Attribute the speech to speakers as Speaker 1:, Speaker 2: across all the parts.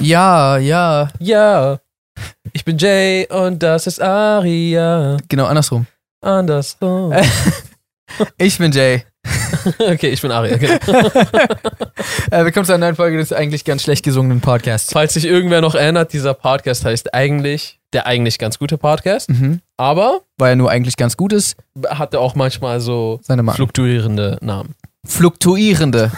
Speaker 1: Ja, ja.
Speaker 2: Ja. Ich bin Jay und das ist Aria.
Speaker 1: Genau, andersrum.
Speaker 2: Andersrum.
Speaker 1: Ich bin Jay.
Speaker 2: Äh, Okay, ich bin Aria. Genau.
Speaker 1: Äh, willkommen zu einer neuen Folge des eigentlich ganz schlecht gesungenen Podcasts.
Speaker 2: Falls sich irgendwer noch erinnert, dieser Podcast heißt eigentlich der eigentlich ganz gute Podcast,
Speaker 1: Mhm.
Speaker 2: aber
Speaker 1: Weil er nur eigentlich ganz gut ist,
Speaker 2: hatte auch manchmal so
Speaker 1: seine Marken.
Speaker 2: fluktuierende Namen.
Speaker 1: Fluktuierende.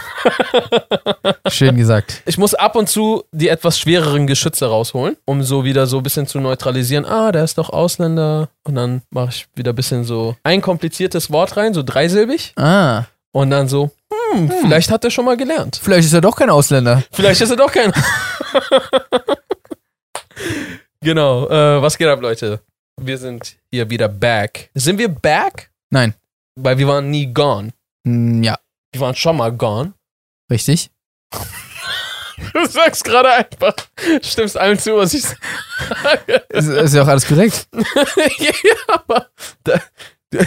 Speaker 1: Schön gesagt.
Speaker 2: Ich muss ab und zu die etwas schwereren Geschütze rausholen, um so wieder so ein bisschen zu neutralisieren. Ah, da ist doch Ausländer. Und dann mache ich wieder ein bisschen so ein kompliziertes Wort rein, so dreisilbig.
Speaker 1: Ah,
Speaker 2: Und dann so, hm, vielleicht hat er schon mal gelernt.
Speaker 1: vielleicht ist er doch kein Ausländer.
Speaker 2: Vielleicht ist er doch kein. genau. Äh, was geht ab, Leute? Wir sind hier wieder back. Sind wir back?
Speaker 1: Nein.
Speaker 2: Weil wir waren nie gone.
Speaker 1: Hm, ja,
Speaker 2: Wir waren schon mal gone.
Speaker 1: richtig.
Speaker 2: Du sagst gerade einfach, stimmst allem zu, was ich sage.
Speaker 1: Ist, ist ja auch alles korrekt.
Speaker 2: ja, aber da, du,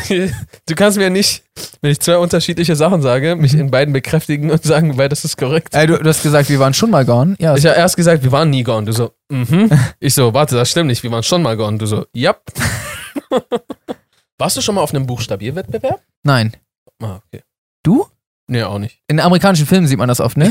Speaker 2: du kannst mir nicht, wenn ich zwei unterschiedliche Sachen sage, mich in beiden bekräftigen und sagen, weil das ist korrekt.
Speaker 1: Äh, du, du hast gesagt, wir waren schon mal gone. Ja,
Speaker 2: Ich habe erst gesagt, wir waren nie gone. Du so, mhm. Ich so, warte, das stimmt nicht, wir waren schon mal gone. Du so, ja. Warst du schon mal auf einem Buchstabierwettbewerb?
Speaker 1: nein.
Speaker 2: Ah, okay.
Speaker 1: Du?
Speaker 2: Nee, auch nicht.
Speaker 1: In amerikanischen Filmen sieht man das oft, ne?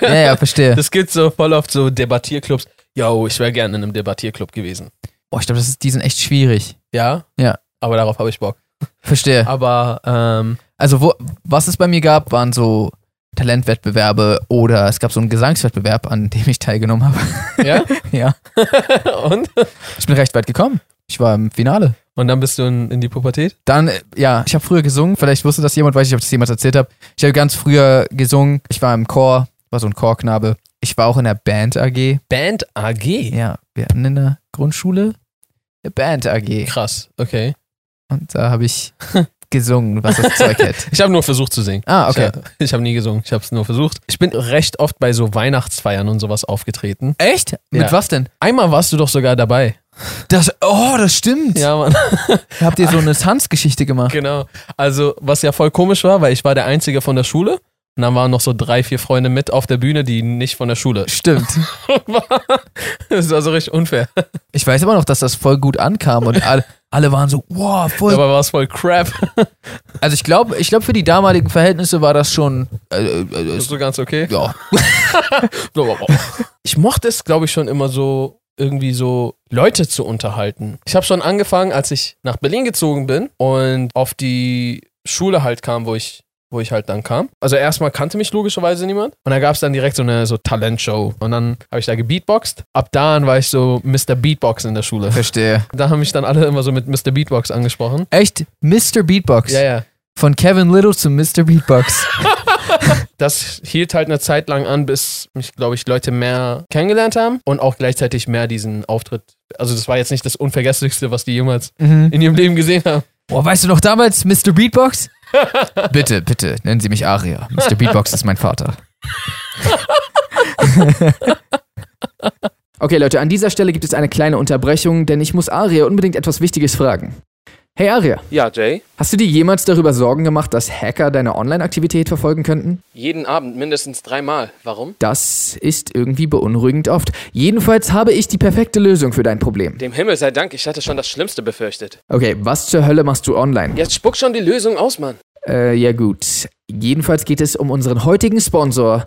Speaker 1: Ja, ja, verstehe.
Speaker 2: Das gibt so voll oft so Debattierclubs. Yo, ich wäre gerne in einem Debattierclub gewesen.
Speaker 1: Boah, ich glaube, das ist, die sind echt schwierig.
Speaker 2: Ja?
Speaker 1: Ja.
Speaker 2: Aber darauf habe ich Bock.
Speaker 1: Verstehe.
Speaker 2: Aber, ähm,
Speaker 1: Also, wo, was es bei mir gab, waren so Talentwettbewerbe oder es gab so einen Gesangswettbewerb, an dem ich teilgenommen habe.
Speaker 2: ja?
Speaker 1: ja.
Speaker 2: Und?
Speaker 1: Ich bin recht weit gekommen. Ich war im Finale.
Speaker 2: Und dann bist du in, in die Pubertät?
Speaker 1: Dann, äh, ja, ich habe früher gesungen. Vielleicht wusste das jemand, weiß ich, ob ich das jemand erzählt habe. Ich habe ganz früher gesungen. Ich war im Chor, war so ein Chorknabe. Ich war auch in der Band AG.
Speaker 2: Band AG?
Speaker 1: Ja, wir hatten in der Grundschule eine Band AG.
Speaker 2: Krass, okay.
Speaker 1: Und da habe ich gesungen, was das Zeug hält.
Speaker 2: Ich habe nur versucht zu singen.
Speaker 1: Ah, okay.
Speaker 2: Ich, hab- ich habe nie gesungen, ich habe es nur versucht. Ich bin recht oft bei so Weihnachtsfeiern und sowas aufgetreten.
Speaker 1: Echt? Mit
Speaker 2: Ja.
Speaker 1: was denn?
Speaker 2: Einmal warst du doch sogar dabei.
Speaker 1: Das, oh, das stimmt.
Speaker 2: Ja, Mann.
Speaker 1: Habt ihr so eine Tanzgeschichte gemacht?
Speaker 2: genau. Also, was ja voll komisch war, weil ich war der Einzige von der Schule. Und dann waren noch so drei, vier Freunde mit auf der Bühne, die nicht von der Schule
Speaker 1: Stimmt.
Speaker 2: waren. Das war so richtig unfair.
Speaker 1: Ich weiß aber noch, dass das voll gut ankam und alle, alle waren so, wow, voll.
Speaker 2: Dabei war es voll crap.
Speaker 1: also ich glaube, ich glaube für die damaligen Verhältnisse war das schon, äh, äh, äh,
Speaker 2: Ist so ganz okay.
Speaker 1: ja,
Speaker 2: Ich mochte es, glaube ich, schon immer so, irgendwie so Leute zu unterhalten. Ich habe schon angefangen, als ich nach Berlin gezogen bin und auf die Schule halt kam, wo ich wo ich halt dann kam. Also erstmal kannte mich logischerweise niemand. Und da gab es dann direkt so eine so Talentshow. Und dann habe ich da gebeatboxt. Ab da an war ich so Mr. Beatbox in der Schule.
Speaker 1: verstehe.
Speaker 2: Da haben mich dann alle immer so mit Mr. Beatbox angesprochen.
Speaker 1: Echt? Mr. Beatbox.
Speaker 2: Ja, ja.
Speaker 1: Von Kevin Little zu Mr. Beatbox.
Speaker 2: Das hielt halt eine Zeit lang an, bis mich, glaube ich, Leute mehr kennengelernt haben und auch gleichzeitig mehr diesen Auftritt. Also, das war jetzt nicht das Unvergesslichste, was die jemals
Speaker 1: mhm.
Speaker 2: in ihrem Leben gesehen haben.
Speaker 1: Boah, weißt du noch damals Mr. Beatbox? bitte, bitte, nennen Sie mich Aria. Mr. Beatbox ist mein Vater. okay, Leute, an dieser Stelle gibt es eine kleine Unterbrechung, denn ich muss Aria unbedingt etwas Wichtiges fragen. Hey Aria,
Speaker 2: Ja, Jay.
Speaker 1: hast du dir jemals darüber Sorgen gemacht, dass Hacker deine Online-Aktivität verfolgen könnten?
Speaker 2: Jeden Abend mindestens dreimal. Warum?
Speaker 1: Das ist irgendwie beunruhigend oft. Jedenfalls habe ich die perfekte Lösung für dein Problem.
Speaker 2: Dem Himmel sei Dank, ich hatte schon das Schlimmste befürchtet.
Speaker 1: Okay, was zur Hölle machst du online?
Speaker 2: Jetzt spuck schon die Lösung aus, Mann.
Speaker 1: Äh, ja gut. Jedenfalls geht es um unseren heutigen Sponsor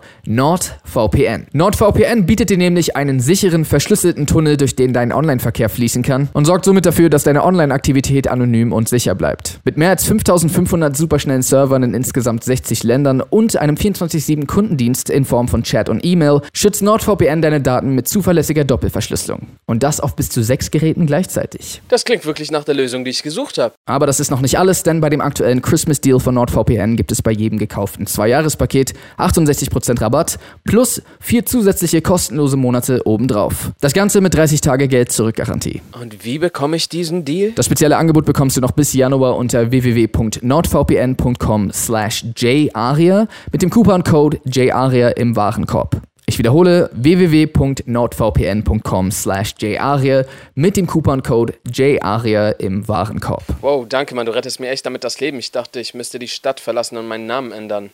Speaker 1: NordVPN. NordVPN bietet dir nämlich einen sicheren, verschlüsselten Tunnel, durch den dein Online-Verkehr fließen kann und sorgt somit dafür, dass deine Online-Aktivität anonym und sicher bleibt. Mit mehr als 5500 superschnellen Servern in insgesamt 60 Ländern und einem 24-7 Kundendienst in Form von Chat und E-Mail schützt NordVPN deine Daten mit zuverlässiger Doppelverschlüsselung. Und das auf bis zu sechs Geräten gleichzeitig.
Speaker 2: Das klingt wirklich nach der Lösung, die ich gesucht habe.
Speaker 1: Aber das ist noch nicht alles, denn bei dem aktuellen Christmas-Deal von NordVPN gibt es bei jedem gekauften Zwei-Jahres-Paket 68% Rabatt plus vier zusätzliche kostenlose Monate obendrauf. Das Ganze mit 30 Tage Geld-Zurück-Garantie.
Speaker 2: Und wie bekomme ich diesen Deal?
Speaker 1: Das spezielle Angebot bekommst du noch bis Januar unter www.nordvpn.com slash jaria mit dem Coupon-Code jaria im Warenkorb. Ich wiederhole www.nordvpn.com slash jarie mit dem Couponcode jarie im Warenkorb.
Speaker 2: Wow, danke, Mann, du rettest mir echt damit das Leben. Ich dachte, ich müsste die Stadt verlassen und meinen Namen ändern.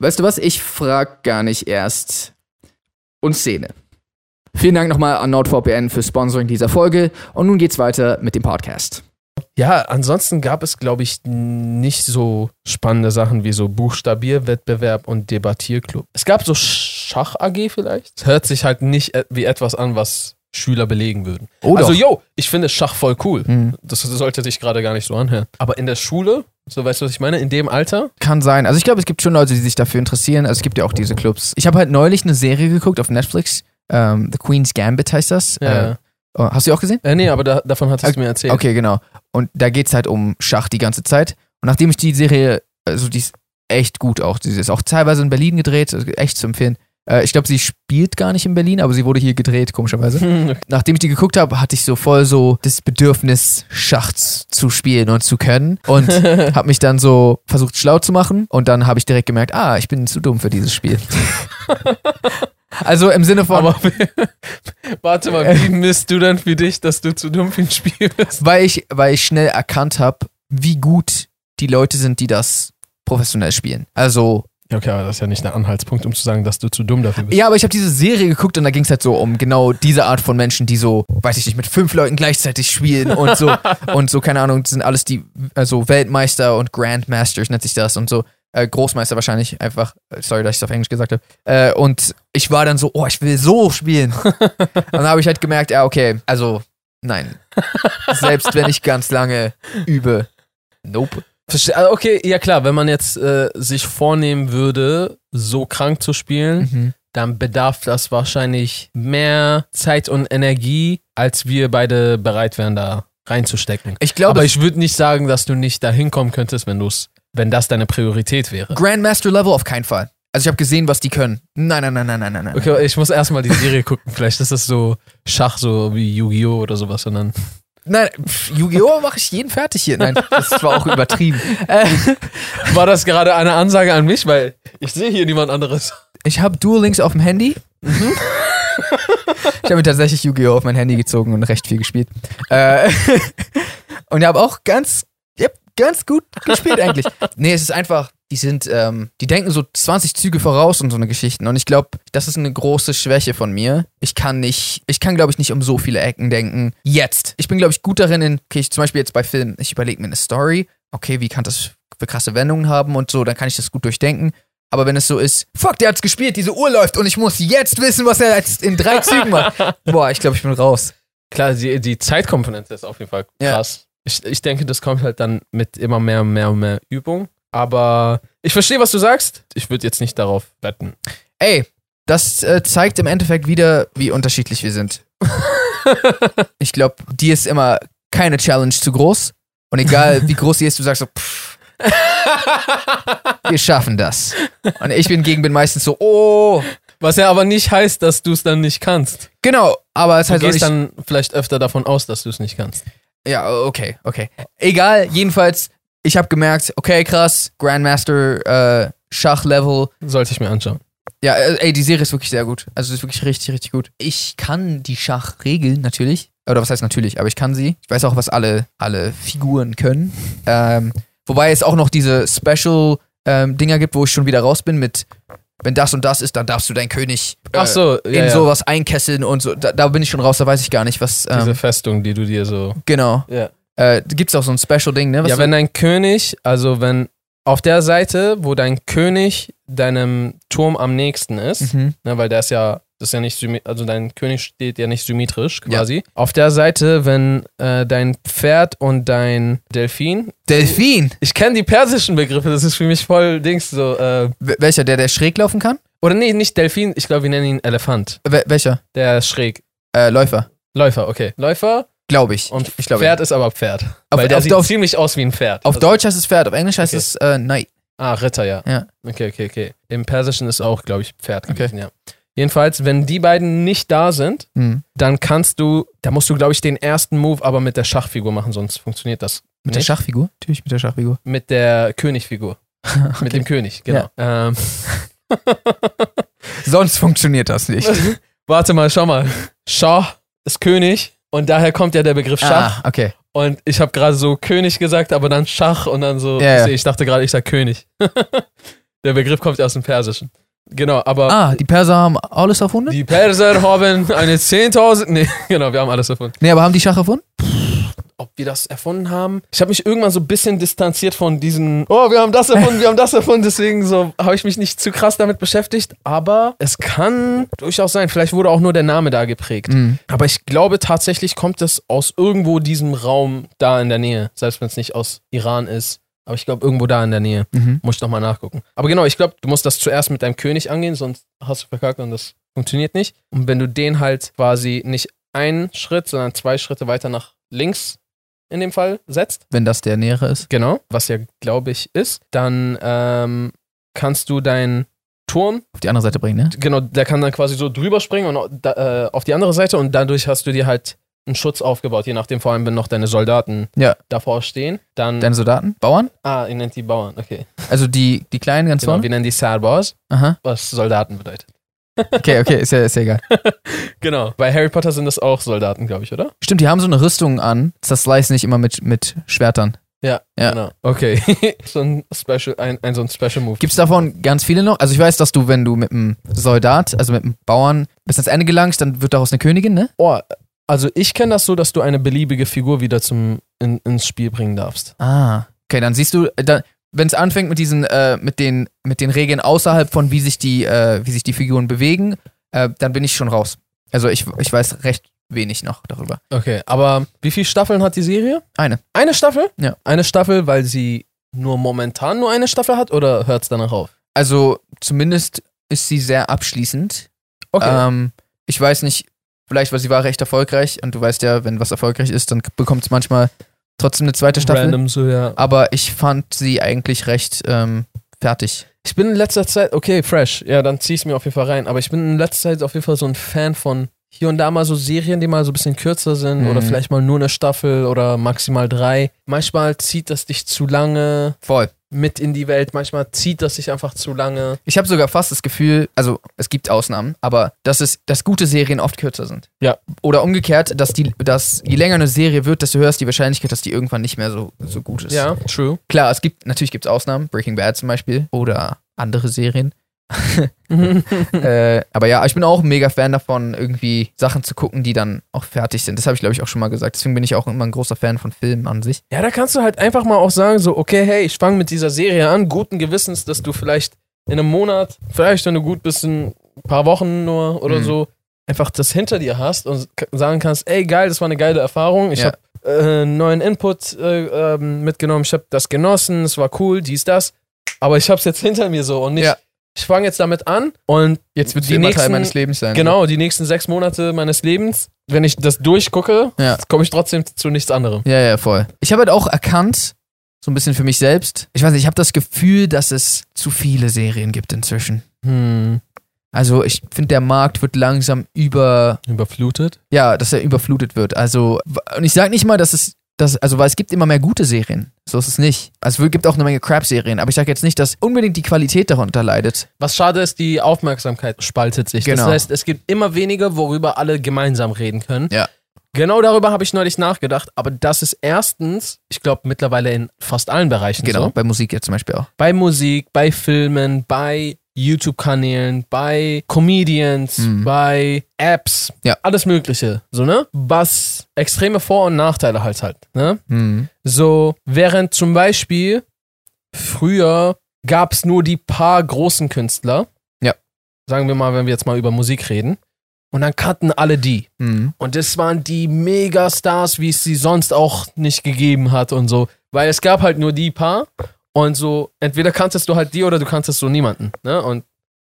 Speaker 1: Weißt du was? Ich frag gar nicht erst und Szene. Vielen Dank nochmal an NordVPN für Sponsoring dieser Folge und nun geht's weiter mit dem Podcast.
Speaker 2: Ja, ansonsten gab es, glaube ich, nicht so spannende Sachen wie so Buchstabierwettbewerb und Debattierclub. Es gab so Schach-AG vielleicht. Es hört sich halt nicht et- wie etwas an, was Schüler belegen würden.
Speaker 1: Oh
Speaker 2: also,
Speaker 1: doch.
Speaker 2: yo, ich finde Schach voll cool.
Speaker 1: Mhm.
Speaker 2: Das sollte dich gerade gar nicht so anhören. Aber in der Schule, so weißt du, was ich meine, in dem Alter,
Speaker 1: Kann sein. Also ich glaube, es gibt schon Leute, die sich dafür interessieren. Also es gibt ja auch diese Clubs. Ich habe halt neulich eine Serie geguckt auf Netflix. Ähm, The Queen's Gambit heißt das.
Speaker 2: Ja.
Speaker 1: Äh, oh, hast du die auch gesehen?
Speaker 2: Äh, nee, aber da, davon hattest du mir erzählt.
Speaker 1: Okay, genau. Und da geht es halt um Schach die ganze Zeit. Und nachdem ich die Serie, also die ist echt gut auch. Die ist auch teilweise in Berlin gedreht, also echt zu empfehlen. Äh, ich glaube, sie spielt gar nicht in Berlin, aber sie wurde hier gedreht, komischerweise.
Speaker 2: okay.
Speaker 1: nachdem ich die geguckt habe, hatte ich so voll so das Bedürfnis, Schach z- zu spielen und zu können. Und habe mich dann so versucht, schlau zu machen. Und dann habe ich direkt gemerkt, ah, ich bin zu dumm für dieses Spiel. also im Sinne von,
Speaker 2: Aber warte mal, wie misst du dann für dich, dass du zu dumm für ein Spiel bist?
Speaker 1: weil, ich, weil ich schnell erkannt habe, wie gut die Leute sind, die das professionell spielen. Also,
Speaker 2: Ja, okay, aber das ist ja nicht ein Anhaltspunkt, um zu sagen, dass du zu dumm dafür bist.
Speaker 1: ja, aber ich habe diese Serie geguckt und da ging es halt so um genau diese Art von Menschen, die so, weiß ich nicht, mit fünf Leuten gleichzeitig spielen und so und so, keine Ahnung, das sind alles die, also Weltmeister und Grandmasters nennt sich das und so. Äh, Großmeister wahrscheinlich, einfach, äh, sorry, dass ich es auf Englisch gesagt habe. Äh, und ich war dann so, oh, ich will so spielen. und dann habe ich halt gemerkt, ja, okay, also, nein. Selbst wenn ich ganz lange übe. Nope.
Speaker 2: Verste- ah, Okay, ja klar, wenn man jetzt äh, sich vornehmen würde, so krank zu spielen, dann bedarf das wahrscheinlich mehr Zeit und Energie, als wir beide bereit wären, da reinzustecken.
Speaker 1: Ich glaube,
Speaker 2: aber ich würde nicht sagen, dass du nicht da hinkommen könntest, wenn, du's, wenn das deine Priorität wäre.
Speaker 1: Grandmaster Level auf keinen Fall. Also ich habe gesehen, was die können. Nein, nein, nein, nein, nein, nein. nein.
Speaker 2: Okay, aber ich muss erstmal die Serie gucken. Vielleicht ist das so Schach, so wie Yu-Gi-Oh! oder sowas. Und dann
Speaker 1: Nein, pff, Yu-Gi-Oh! mache ich jeden fertig hier. Nein, das war auch übertrieben. Äh,
Speaker 2: war das gerade eine Ansage an mich, weil ich sehe hier niemand anderes.
Speaker 1: ich habe Duel Links auf dem Handy. Mhm. ich habe mir tatsächlich Yu-Gi-Oh! auf mein Handy gezogen und recht viel gespielt. Äh, und ich habe auch ganz, yep, ganz gut gespielt eigentlich. Nee, es ist einfach, die sind, ähm, die denken so 20 Züge voraus und so eine Geschichten. Und ich glaube, das ist eine große Schwäche von mir. Ich kann nicht, ich kann glaube ich nicht um so viele Ecken denken. Jetzt. Ich bin glaube ich gut darin, in, okay, ich, zum Beispiel jetzt bei Filmen, ich überlege mir eine Story. Okay, wie kann das für krasse Wendungen haben und so, dann kann ich das gut durchdenken. Aber wenn es so ist, fuck, der hat's gespielt, diese Uhr läuft und ich muss jetzt wissen, was er jetzt in drei Zügen macht. Boah, ich glaube, ich bin raus.
Speaker 2: Klar, die, die Zeitkomponente ist auf jeden Fall
Speaker 1: Ja.
Speaker 2: krass. Ich, ich denke, das kommt halt dann mit immer mehr und mehr und mehr Übung. Aber ich verstehe, was du sagst. Ich würde jetzt nicht darauf wetten.
Speaker 1: Ey, das äh, zeigt im Endeffekt wieder, wie unterschiedlich wir sind. ich glaube, dir ist immer keine Challenge zu groß. Und egal, wie groß sie ist, du sagst so, pff, wir schaffen das. Und ich bin gegen bin meistens so, oh,
Speaker 2: Was ja aber nicht heißt, dass du es dann nicht kannst.
Speaker 1: genau, aber es
Speaker 2: Du
Speaker 1: heißt auch
Speaker 2: gehst
Speaker 1: nicht,
Speaker 2: dann vielleicht öfter davon aus, dass du es nicht kannst.
Speaker 1: ja, okay, okay. Egal, jedenfalls, ich habe gemerkt, okay, krass, Grandmaster, äh, Schachlevel,
Speaker 2: Sollte ich mir anschauen.
Speaker 1: Ja, äh, ey, die Serie ist wirklich sehr gut. Also ist wirklich richtig, richtig gut. Ich kann die Schachregeln natürlich. Oder was heißt natürlich, aber ich kann sie. Ich weiß auch, was alle, alle Figuren können. Ähm, wobei es auch noch diese Special-Dinger gibt, wo ich schon wieder raus bin mit, wenn das und das ist, dann darfst du deinen König äh,
Speaker 2: Ach so, ja,
Speaker 1: in
Speaker 2: ja.
Speaker 1: sowas einkesseln und so. Da, da bin ich schon raus, da weiß ich gar nicht, was.
Speaker 2: Diese
Speaker 1: Ähm,
Speaker 2: Festung, die du dir so.
Speaker 1: genau.
Speaker 2: Ja.
Speaker 1: Äh, gibt's auch so ein Special-Ding, ne? Was
Speaker 2: ja,
Speaker 1: du-
Speaker 2: wenn dein König, also wenn auf der Seite, wo dein König deinem Turm am nächsten ist,
Speaker 1: mhm.
Speaker 2: ne, weil der ist ja, das ist ja nicht symmetrisch, also dein König steht ja nicht symmetrisch quasi. Auf der Seite, wenn äh, dein Pferd und dein Delfin,
Speaker 1: Delfin!
Speaker 2: ich kenne die persischen Begriffe, das ist für mich voll Dings so, äh,
Speaker 1: W welcher? Der, der schräg laufen kann?
Speaker 2: oder nee, nicht Delfin, ich glaube, wir nennen ihn Elefant,
Speaker 1: W welcher?
Speaker 2: der ist schräg.
Speaker 1: Äh, Läufer.
Speaker 2: Läufer, okay. Läufer
Speaker 1: Glaube ich.
Speaker 2: und
Speaker 1: ich glaube,
Speaker 2: Pferd ist aber Pferd.
Speaker 1: Auf-
Speaker 2: weil der
Speaker 1: auf-
Speaker 2: sieht
Speaker 1: auf-
Speaker 2: ziemlich aus wie ein Pferd.
Speaker 1: Auf
Speaker 2: also,
Speaker 1: Deutsch heißt es Pferd, auf Englisch heißt
Speaker 2: Okay.
Speaker 1: es äh, Knight.
Speaker 2: Ah, Ritter, ja.
Speaker 1: Ja.
Speaker 2: Okay, okay, okay. Im Persischen ist auch, glaube ich, Pferd gewesen, ja. Jedenfalls, wenn die beiden nicht da sind,
Speaker 1: Hm.
Speaker 2: dann kannst du, da musst du, glaube ich, den ersten Move aber mit der Schachfigur machen, sonst funktioniert das
Speaker 1: Mit der
Speaker 2: nicht.
Speaker 1: Schachfigur? Natürlich mit der Schachfigur.
Speaker 2: mit der Königfigur. Mit dem König, genau. Ähm,
Speaker 1: Sonst funktioniert das nicht.
Speaker 2: Warte mal, schau mal. Schah ist König und daher kommt ja der Begriff Schach.
Speaker 1: Ah, okay.
Speaker 2: Und ich habe gerade so König gesagt, aber dann Schach und dann so.
Speaker 1: Ja, ja.
Speaker 2: Ich dachte gerade, ich sag König. der Begriff kommt ja aus dem Persischen. Genau, aber
Speaker 1: Ah, die Perser haben alles erfunden?
Speaker 2: die Perser haben eine 10.000. Nee, genau, wir haben alles davon.
Speaker 1: nee, aber haben die Schach erfunden?
Speaker 2: ob wir das erfunden haben. Ich habe mich irgendwann so ein bisschen distanziert von diesen, oh, wir haben das erfunden, wir haben das erfunden, deswegen so habe ich mich nicht zu krass damit beschäftigt, aber es kann durchaus sein, vielleicht wurde auch nur der Name da geprägt.
Speaker 1: Mhm.
Speaker 2: Aber ich glaube tatsächlich kommt es aus irgendwo diesem Raum da in der Nähe, selbst wenn es nicht aus Iran ist. Aber ich glaube, irgendwo da in der Nähe.
Speaker 1: Mhm.
Speaker 2: Muss ich nochmal nachgucken. Aber genau, ich glaube, du musst das zuerst mit deinem König angehen, sonst hast du verkackt und das funktioniert nicht. Und wenn du den halt quasi nicht einen Schritt, sondern zwei Schritte weiter nach links in dem Fall setzt,
Speaker 1: Wenn das der nähere ist.
Speaker 2: genau, was ja, glaube ich, ist, dann ähm, kannst du deinen Turm,
Speaker 1: Auf die andere Seite bringen, ne?
Speaker 2: genau, der kann dann quasi so drüber springen und da, äh, auf die andere Seite und dadurch hast du dir halt einen Schutz aufgebaut, je nachdem vor allem, wenn noch deine Soldaten
Speaker 1: Ja.
Speaker 2: davor stehen, dann,
Speaker 1: Deine Soldaten? Bauern?
Speaker 2: ah, ihr nennt die Bauern, okay,
Speaker 1: Also die, die Kleinen ganz
Speaker 2: genau,
Speaker 1: vorne?
Speaker 2: wir nennen die Sarbars,
Speaker 1: Aha.
Speaker 2: was Soldaten bedeutet.
Speaker 1: Okay, okay, ist ja, ist ja egal.
Speaker 2: Genau. Bei Harry Potter sind das auch Soldaten, glaube ich, oder?
Speaker 1: Stimmt, die haben so eine Rüstung an. Das Slice nicht immer mit, mit Schwertern.
Speaker 2: Ja,
Speaker 1: Ja.
Speaker 2: genau. Okay. so ein Special, ein, ein so ein Special Move.
Speaker 1: Gibt es davon ganz viele noch? Also ich weiß, dass du, wenn du mit einem Soldat, also mit einem Bauern bis ans Ende gelangst, dann wird daraus eine Königin, ne?
Speaker 2: Oh, also ich kenne das so, dass du eine beliebige Figur wieder zum in, ins Spiel bringen darfst.
Speaker 1: Ah. Okay, dann siehst du, dann, wenn es anfängt mit diesen, äh, mit den, mit den Regeln außerhalb von wie sich die, äh, wie sich die Figuren bewegen, äh, dann bin ich schon raus. Also ich, ich weiß recht wenig noch darüber.
Speaker 2: Okay, aber wie viele Staffeln hat die Serie?
Speaker 1: Eine.
Speaker 2: Eine Staffel?
Speaker 1: Ja.
Speaker 2: Eine Staffel, weil sie nur momentan nur eine Staffel hat oder hört es danach auf?
Speaker 1: Also zumindest ist sie sehr abschließend.
Speaker 2: Okay.
Speaker 1: Ähm, ich weiß nicht, vielleicht war sie war recht erfolgreich und du weißt ja, wenn was erfolgreich ist, dann bekommt es manchmal trotzdem eine zweite Staffel.
Speaker 2: Random so, ja.
Speaker 1: Aber ich fand sie eigentlich recht ähm, fertig.
Speaker 2: Ich bin in letzter Zeit, okay, fresh, ja, dann zieh ich's mir auf jeden Fall rein, aber ich bin in letzter Zeit auf jeden Fall so ein Fan von hier und da mal so Serien, die mal so ein bisschen kürzer sind
Speaker 1: Mhm.
Speaker 2: oder vielleicht mal nur eine Staffel oder maximal drei. Manchmal zieht das dich zu lange
Speaker 1: Voll.
Speaker 2: mit in die Welt, manchmal zieht das dich einfach zu lange.
Speaker 1: Ich habe sogar fast das Gefühl, also es gibt Ausnahmen, aber dass es, dass gute Serien oft kürzer sind.
Speaker 2: Ja.
Speaker 1: Oder umgekehrt, dass die, dass je länger eine Serie wird, desto höher ist die Wahrscheinlichkeit, dass die irgendwann nicht mehr so, so gut ist.
Speaker 2: Ja, true.
Speaker 1: Klar, es gibt, natürlich gibt es Ausnahmen, Breaking Bad zum Beispiel oder andere Serien. äh, aber ja, ich bin auch ein mega Fan davon, irgendwie Sachen zu gucken, die dann auch fertig sind. Das habe ich, glaube ich, auch schon mal gesagt. Deswegen bin ich auch immer ein großer Fan von Filmen an sich.
Speaker 2: Ja, da kannst du halt einfach mal auch sagen, so, okay, hey, ich fange mit dieser Serie an, guten Gewissens, dass du vielleicht in einem Monat, vielleicht wenn du gut bist, in ein paar Wochen nur oder
Speaker 1: Mhm.
Speaker 2: so, einfach das hinter dir hast und k- sagen kannst, ey, geil, das war eine geile Erfahrung, ich
Speaker 1: Ja.
Speaker 2: hab habe äh, neuen Input äh, ähm, mitgenommen, ich habe das genossen, es war cool, dies, das, aber ich habe es jetzt hinter mir so und nicht,
Speaker 1: Ja.
Speaker 2: ich fange jetzt damit an und
Speaker 1: Jetzt wird
Speaker 2: Die
Speaker 1: sie immer Teil
Speaker 2: nächsten-
Speaker 1: meines Lebens sein.
Speaker 2: genau, die nächsten sechs Monate meines Lebens, wenn ich das durchgucke,
Speaker 1: Ja.
Speaker 2: komme ich trotzdem zu nichts anderem.
Speaker 1: Ja, ja, voll. Ich habe halt auch erkannt, so ein bisschen für mich selbst, ich weiß nicht, ich habe das Gefühl, dass es zu viele Serien gibt inzwischen.
Speaker 2: Hm,
Speaker 1: Also ich finde, der Markt wird langsam über,
Speaker 2: überflutet.
Speaker 1: ja, dass er überflutet wird. Also, w- und ich sage nicht mal, dass es, dass, also, weil es gibt immer mehr gute Serien. So ist es nicht. Also es gibt auch eine Menge Crap-Serien, aber ich sage jetzt nicht, dass unbedingt die Qualität darunter leidet.
Speaker 2: Was schade ist, die Aufmerksamkeit spaltet sich.
Speaker 1: Genau.
Speaker 2: Das heißt, es gibt immer weniger, worüber alle gemeinsam reden können.
Speaker 1: Ja.
Speaker 2: Genau darüber habe ich neulich nachgedacht, aber das ist erstens, ich glaube, mittlerweile in fast allen Bereichen
Speaker 1: Genau,
Speaker 2: so.
Speaker 1: bei Musik jetzt zum Beispiel auch.
Speaker 2: Bei Musik, bei Filmen, bei YouTube-Kanälen, bei Comedians,
Speaker 1: Mhm.
Speaker 2: bei Apps,
Speaker 1: Ja.
Speaker 2: alles Mögliche. So, ne? Was extreme Vor- und Nachteile halt hat. Ne?
Speaker 1: Hm.
Speaker 2: So, während zum Beispiel früher gab es nur die paar großen Künstler.
Speaker 1: Ja.
Speaker 2: Sagen wir mal, wenn wir jetzt mal über Musik reden. Und dann kannten alle die.
Speaker 1: Hm.
Speaker 2: Und das waren die Megastars, wie es sie sonst auch nicht gegeben hat und so. Weil es gab halt nur die paar. Und so, entweder kanntest du halt die oder du kanntest so niemanden. Ne? Und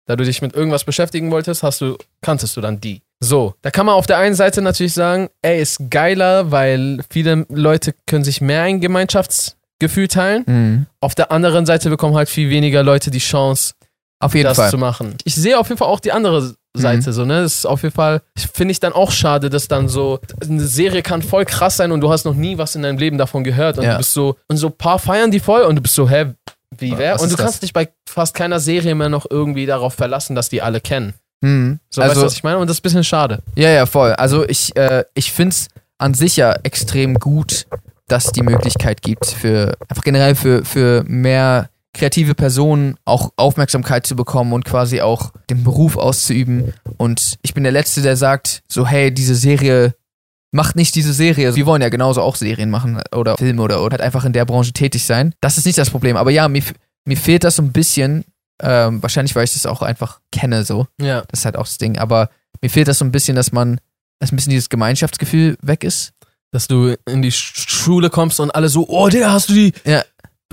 Speaker 2: da du dich mit irgendwas beschäftigen wolltest, hast du, kanntest du dann die. So, da kann man auf der einen Seite natürlich sagen, ey, ist geiler, weil viele Leute können sich mehr ein Gemeinschaftsgefühl teilen.
Speaker 1: Hm.
Speaker 2: Auf der anderen Seite bekommen halt viel weniger Leute die Chance,
Speaker 1: Auf jeden
Speaker 2: das
Speaker 1: Fall. Mhm.
Speaker 2: zu machen. Ich sehe auf jeden Fall auch die andere Seite so, ne? Das ist auf jeden Fall, ich- finde ich dann auch schade, dass dann so, eine Serie kann voll krass sein und du hast noch nie was in deinem Leben davon gehört und
Speaker 1: Ja.
Speaker 2: du bist so, und so ein paar feiern die voll und du bist so, hä, wie wer?
Speaker 1: Was
Speaker 2: Und du
Speaker 1: ist das?
Speaker 2: kannst dich bei fast keiner Serie mehr noch irgendwie darauf verlassen, dass die alle kennen.
Speaker 1: Hm.
Speaker 2: So, weißt
Speaker 1: also,
Speaker 2: du, was ich meine? Und das ist ein bisschen schade.
Speaker 1: ja, ja, voll. Also ich, äh, ich finde es an sich ja extrem gut, dass die Möglichkeit gibt, für einfach generell für, für mehr kreative Personen auch Aufmerksamkeit zu bekommen und quasi auch den Beruf auszuüben. Und ich bin der Letzte, der sagt, so, hey, diese Serie, macht nicht diese Serie. Wir wollen ja genauso auch Serien machen oder Filme oder, oder halt einfach in der Branche tätig sein. Das ist nicht das Problem. Aber ja, mir, f- mir fehlt das so ein bisschen, ähm, wahrscheinlich, weil ich das auch einfach kenne so.
Speaker 2: Ja.
Speaker 1: Das ist halt auch das Ding. Aber mir fehlt das so ein bisschen, dass man, dass ein bisschen dieses Gemeinschaftsgefühl weg ist.
Speaker 2: Dass du in die Sch- Schule kommst und alle so, oh Digga, hast du die
Speaker 1: Ja.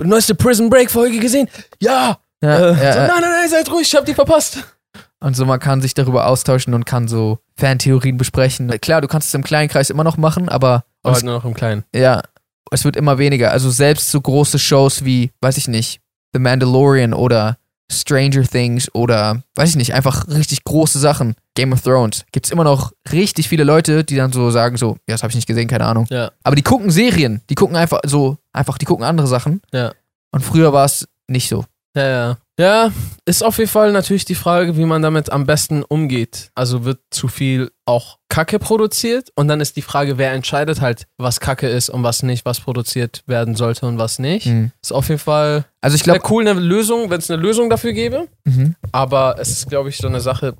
Speaker 2: neueste Prison Break Folge gesehen? Ja!
Speaker 1: Ja,
Speaker 2: äh,
Speaker 1: ja,
Speaker 2: so,
Speaker 1: ja.
Speaker 2: nein, nein, nein, seid ruhig, ich hab die verpasst.
Speaker 1: Und so, man kann sich darüber austauschen und kann so Fantheorien besprechen. Klar, du kannst es im kleinen Kreis immer noch machen, aber
Speaker 2: Aber
Speaker 1: und
Speaker 2: halt nur noch im Kleinen.
Speaker 1: es, ja, es wird immer weniger. Also selbst so große Shows wie, weiß ich nicht, The Mandalorian oder Stranger Things oder, weiß ich nicht, einfach richtig große Sachen. Game of Thrones. Gibt es immer noch richtig viele Leute, die dann so sagen, so, ja, das habe ich nicht gesehen, keine Ahnung.
Speaker 2: Ja.
Speaker 1: Aber die gucken Serien. Die gucken einfach so, einfach, die gucken andere Sachen.
Speaker 2: Ja.
Speaker 1: Und früher war es nicht so.
Speaker 2: Ja, ja. Ja, ist auf jeden Fall natürlich die Frage, wie man damit am besten umgeht. Also wird zu viel auch Kacke produziert und dann ist die Frage, wer entscheidet halt, was Kacke ist und was nicht, was produziert werden sollte und was nicht. Ist auf jeden Fall
Speaker 1: Also Mhm. ich
Speaker 2: wäre
Speaker 1: glaube,
Speaker 2: cool eine Lösung, wenn es eine Lösung dafür gäbe,
Speaker 1: mhm.
Speaker 2: aber es ist, glaube ich, so eine Sache,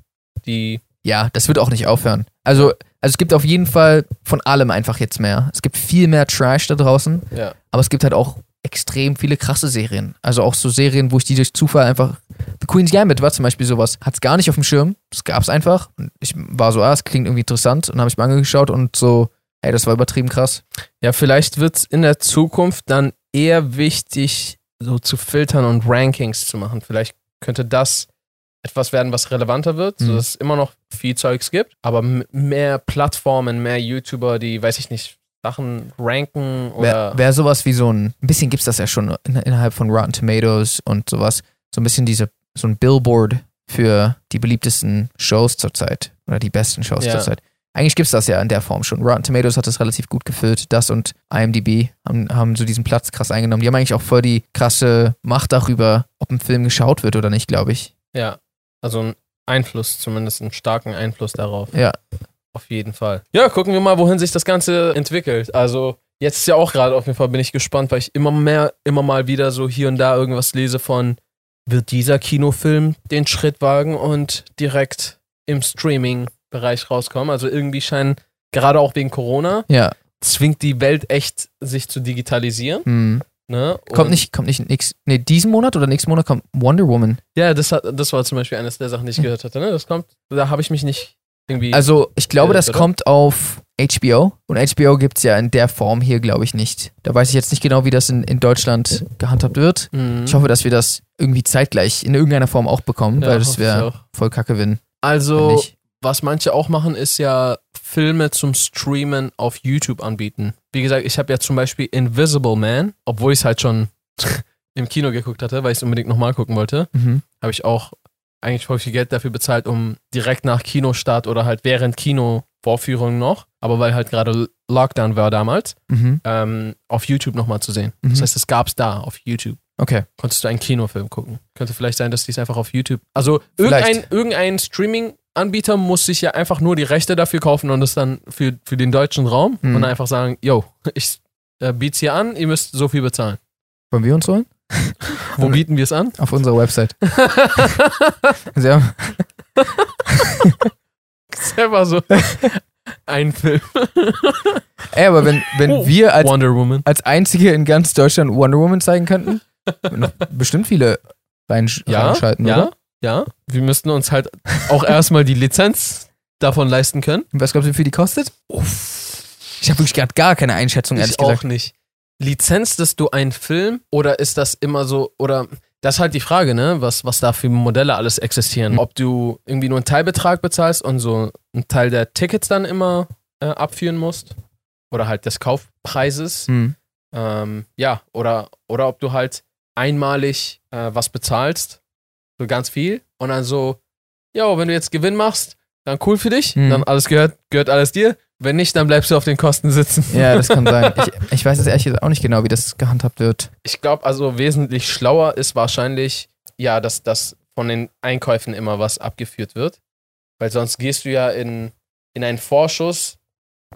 Speaker 2: die
Speaker 1: ja, das wird auch nicht aufhören. Also, also es gibt auf jeden Fall von allem einfach jetzt mehr. Es gibt viel mehr Trash da draußen,
Speaker 2: ja.
Speaker 1: aber es gibt halt auch extrem viele krasse Serien. Also auch so Serien, wo ich die durch Zufall einfach. The Queen's Gambit war zum Beispiel sowas. Hat's gar nicht auf dem Schirm. Es gab's einfach. Und ich war so, ah, es klingt irgendwie interessant und habe ich mal angeschaut und so, ey, das war übertrieben krass.
Speaker 2: Ja, vielleicht wird es in der Zukunft dann eher wichtig, so zu filtern und Rankings zu machen. Vielleicht könnte das etwas werden, was relevanter wird,
Speaker 1: Mhm.
Speaker 2: sodass es immer noch viel Zeugs gibt, aber m- mehr Plattformen, mehr YouTuber, die, weiß ich nicht, Sachen ranken
Speaker 1: Wäre
Speaker 2: oder.
Speaker 1: wär sowas wie so ein, ein bisschen gibt's das ja schon in, innerhalb von Rotten Tomatoes und sowas. So ein bisschen diese, so ein Billboard für die beliebtesten Shows zurzeit oder die besten Shows
Speaker 2: Ja.
Speaker 1: zurzeit. Eigentlich gibt's das ja in der Form schon. Rotten Tomatoes hat das relativ gut gefüllt. Das und IMDb haben, haben so diesen Platz krass eingenommen. Die haben eigentlich auch voll die krasse Macht darüber, ob ein Film geschaut wird oder nicht, glaube ich.
Speaker 2: ja, also einen Einfluss, zumindest einen starken Einfluss darauf.
Speaker 1: Ja.
Speaker 2: Auf jeden Fall. Ja, gucken wir mal, wohin sich das Ganze entwickelt. Also jetzt ist ja auch gerade auf jeden Fall bin ich gespannt, weil ich immer mehr, immer mal wieder so hier und da irgendwas lese von, wird dieser Kinofilm den Schritt wagen und direkt im Streaming-Bereich rauskommen. Also irgendwie scheinen, gerade auch wegen Corona,
Speaker 1: Ja.
Speaker 2: zwingt die Welt echt, sich zu digitalisieren.
Speaker 1: Hm.
Speaker 2: Ne?
Speaker 1: Kommt
Speaker 2: Und-
Speaker 1: nicht, kommt nicht nix, nee, diesen Monat oder nächsten Monat kommt Wonder Woman.
Speaker 2: Ja, das, hat, das war zum Beispiel eines der Sachen, die ich gehört hatte. Ne? Das kommt, da habe ich mich nicht irgendwie.
Speaker 1: Hm. Also, ich glaube,
Speaker 2: Äh,
Speaker 1: das
Speaker 2: oder?
Speaker 1: kommt auf HBO. Und HBO gibt es ja in der Form hier, glaube ich, nicht. Da weiß ich jetzt nicht genau, wie das in, in Deutschland gehandhabt wird.
Speaker 2: Mhm.
Speaker 1: Ich hoffe, dass wir das irgendwie zeitgleich in irgendeiner Form auch bekommen,
Speaker 2: Ja,
Speaker 1: weil das
Speaker 2: hoffe ich
Speaker 1: wäre
Speaker 2: auch.
Speaker 1: voll kacke, wenn wenn
Speaker 2: Also,
Speaker 1: nicht.
Speaker 2: was manche auch machen, ist ja Filme zum Streamen auf YouTube anbieten. Wie gesagt, ich habe ja zum Beispiel Invisible Man, obwohl ich es halt schon im Kino geguckt hatte, weil ich es unbedingt nochmal gucken wollte,
Speaker 1: Mhm.
Speaker 2: habe ich auch eigentlich voll viel Geld dafür bezahlt, um direkt nach Kinostart oder halt während Kinovorführung noch, aber weil halt gerade Lockdown war damals,
Speaker 1: Mhm.
Speaker 2: ähm, auf YouTube nochmal zu sehen. Das
Speaker 1: Mhm.
Speaker 2: heißt, es gab es da auf YouTube.
Speaker 1: Okay.
Speaker 2: Konntest du einen Kinofilm gucken? Könnte vielleicht sein, dass die es einfach auf YouTube. Also
Speaker 1: Vielleicht.
Speaker 2: irgendein, irgendein Streaming-Anbieter muss sich ja einfach nur die Rechte dafür kaufen und das dann für, für den deutschen Raum
Speaker 1: Hm.
Speaker 2: und dann einfach sagen, yo, ich äh, biet's hier an, ihr müsst so viel bezahlen.
Speaker 1: Wollen wir uns holen?
Speaker 2: Wo
Speaker 1: Hm.
Speaker 2: bieten wir es an?
Speaker 1: Auf unserer Website. Sie haben,
Speaker 2: Selber so ein Film.
Speaker 1: ey, aber wenn,
Speaker 2: Oh,
Speaker 1: wenn wir als,
Speaker 2: Wonder Woman.
Speaker 1: als Einzige in ganz Deutschland Wonder Woman zeigen könnten, würden noch bestimmt viele reinsch
Speaker 2: Ja,
Speaker 1: reinschalten,
Speaker 2: ja,
Speaker 1: oder?
Speaker 2: ja. Wir müssten uns halt auch erstmal die Lizenz davon leisten können.
Speaker 1: Und was glaubst du, wie viel die kostet? Ich habe wirklich gerade gar keine Einschätzung, ehrlich
Speaker 2: ich
Speaker 1: gesagt.
Speaker 2: auch nicht. Lizenztest du einen Film oder ist das immer so oder das ist halt die Frage, ne, was, was da für Modelle alles existieren.
Speaker 1: Mhm.
Speaker 2: Ob du irgendwie nur einen Teilbetrag bezahlst und so einen Teil der Tickets dann immer äh, abführen musst oder halt des Kaufpreises.
Speaker 1: Hm.
Speaker 2: Ähm, ja, oder, oder ob du halt einmalig äh, was bezahlst, so ganz viel und dann so, ja, wenn du jetzt Gewinn machst, dann cool für dich,
Speaker 1: Mhm.
Speaker 2: dann alles gehört, gehört alles dir. Wenn nicht, dann bleibst du auf den Kosten sitzen.
Speaker 1: Hm. Ja, das kann sein. Ich, ich weiß jetzt ehrlich gesagt auch nicht genau, wie das gehandhabt wird.
Speaker 2: ich glaube, also wesentlich schlauer ist wahrscheinlich, ja, dass, dass von den Einkäufen immer was abgeführt wird. Weil sonst gehst du ja in, in einen Vorschuss,